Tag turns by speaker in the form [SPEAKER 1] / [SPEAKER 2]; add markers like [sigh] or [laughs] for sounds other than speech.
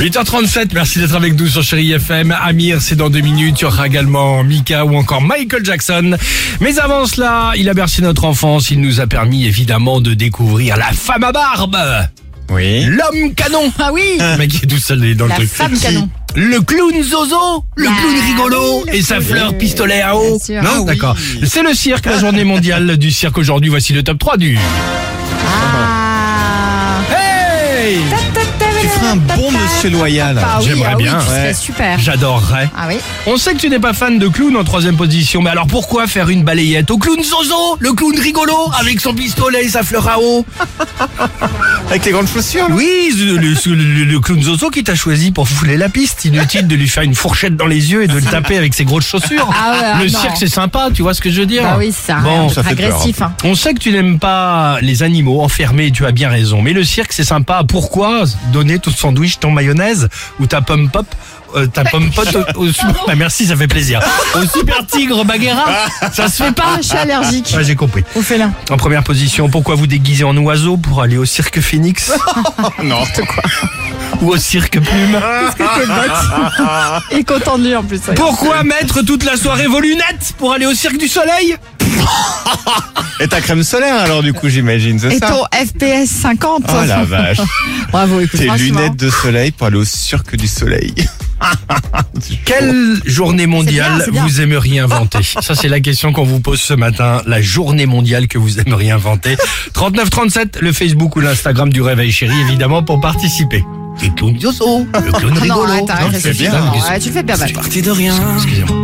[SPEAKER 1] 8h37, merci d'être avec nous sur Chéri FM. Amir, c'est dans deux minutes. Il y aura également Mika ou encore Michael Jackson. Mais avant cela, il a bercé notre enfance. Il nous a permis évidemment de découvrir la femme à barbe.
[SPEAKER 2] Oui.
[SPEAKER 1] L'homme canon.
[SPEAKER 3] Ah oui
[SPEAKER 1] Le mec qui est tout seul dans
[SPEAKER 3] La
[SPEAKER 1] le truc.
[SPEAKER 3] femme canon.
[SPEAKER 1] Le clown Zozo, le
[SPEAKER 3] Ah,
[SPEAKER 1] clown rigolo
[SPEAKER 3] oui, le
[SPEAKER 1] et sa
[SPEAKER 3] clown.
[SPEAKER 1] fleur pistolet à eau.
[SPEAKER 3] Bien sûr.
[SPEAKER 1] Non,
[SPEAKER 2] Ah oui.
[SPEAKER 1] d'accord. C'est le cirque, la journée mondiale du cirque aujourd'hui. Voici le top 3 du.
[SPEAKER 3] Ah
[SPEAKER 1] Hey
[SPEAKER 2] Tu ferais un bon monsieur loyal.
[SPEAKER 3] Ah oui,
[SPEAKER 1] J'aimerais
[SPEAKER 3] ah oui,
[SPEAKER 1] bien,
[SPEAKER 3] tu serais
[SPEAKER 2] ouais.
[SPEAKER 3] super.
[SPEAKER 1] J'adorerais.
[SPEAKER 3] Ah oui
[SPEAKER 1] On sait que tu n'es pas fan de clown en troisième position, mais alors pourquoi faire une balayette au clown Zozo, le clown rigolo, avec son pistolet et sa fleur à eau
[SPEAKER 2] Avec les grandes chaussures, là.
[SPEAKER 1] Oui, le, le- le- le clown Zozo qui t'a choisi pour fouler la piste. Inutile de lui faire une fourchette dans les yeux et de le taper avec ses grosses chaussures.
[SPEAKER 3] Ah ouais, ah
[SPEAKER 1] le
[SPEAKER 3] non.
[SPEAKER 1] cirque, c'est sympa, tu vois ce que je veux dire
[SPEAKER 3] Bah oui, ça.
[SPEAKER 1] Bon,
[SPEAKER 2] ça fait peur,
[SPEAKER 3] agressif. hein.
[SPEAKER 1] On sait que tu n'aimes pas les animaux enfermés, tu as bien raison. Mais le cirque, c'est sympa. Pourquoi donner ton sandwich, ton mayonnaise ou ta pomme pop euh, ta pomme pote au, au super- Bah, merci, ça fait plaisir. Au super tigre Baguera, ça se fait pas.
[SPEAKER 3] Ah, je suis allergique
[SPEAKER 1] Ouais, j'ai compris.
[SPEAKER 3] au félin.
[SPEAKER 1] En première position, pourquoi vous déguiser en oiseau pour aller au cirque Phoenix
[SPEAKER 2] Non.
[SPEAKER 1] ou au cirque Plume
[SPEAKER 3] [laughs] Il est content de lui en plus. ouais.
[SPEAKER 1] Pourquoi mettre toute la soirée vos lunettes pour aller au cirque du soleil
[SPEAKER 2] Et ta crème solaire, alors, du coup, j'imagine, c'est
[SPEAKER 3] Et
[SPEAKER 2] ça
[SPEAKER 3] ton FPS 50
[SPEAKER 2] Oh [laughs] la vache.
[SPEAKER 3] Bravo, écoute,
[SPEAKER 2] Tes
[SPEAKER 3] franchement. Ah
[SPEAKER 2] lunettes de soleil pour aller au cirque du soleil.
[SPEAKER 1] Quelle journée mondiale
[SPEAKER 3] c'est bien.
[SPEAKER 1] vous aimeriez
[SPEAKER 3] [laughs]
[SPEAKER 1] inventer Ça, c'est la question qu'on vous pose ce matin. La journée mondiale que vous aimeriez inventer. 3937, le Facebook ou l'Instagram du Réveil Chéri, évidemment, pour participer. Le clown Yoso, le clown
[SPEAKER 3] Ah [laughs] non, arrête, arrête,
[SPEAKER 1] Non,
[SPEAKER 3] c'est
[SPEAKER 1] c'est bien.
[SPEAKER 3] suffisant. Ouais, tu le fais pas mal.
[SPEAKER 1] Excusez-moi.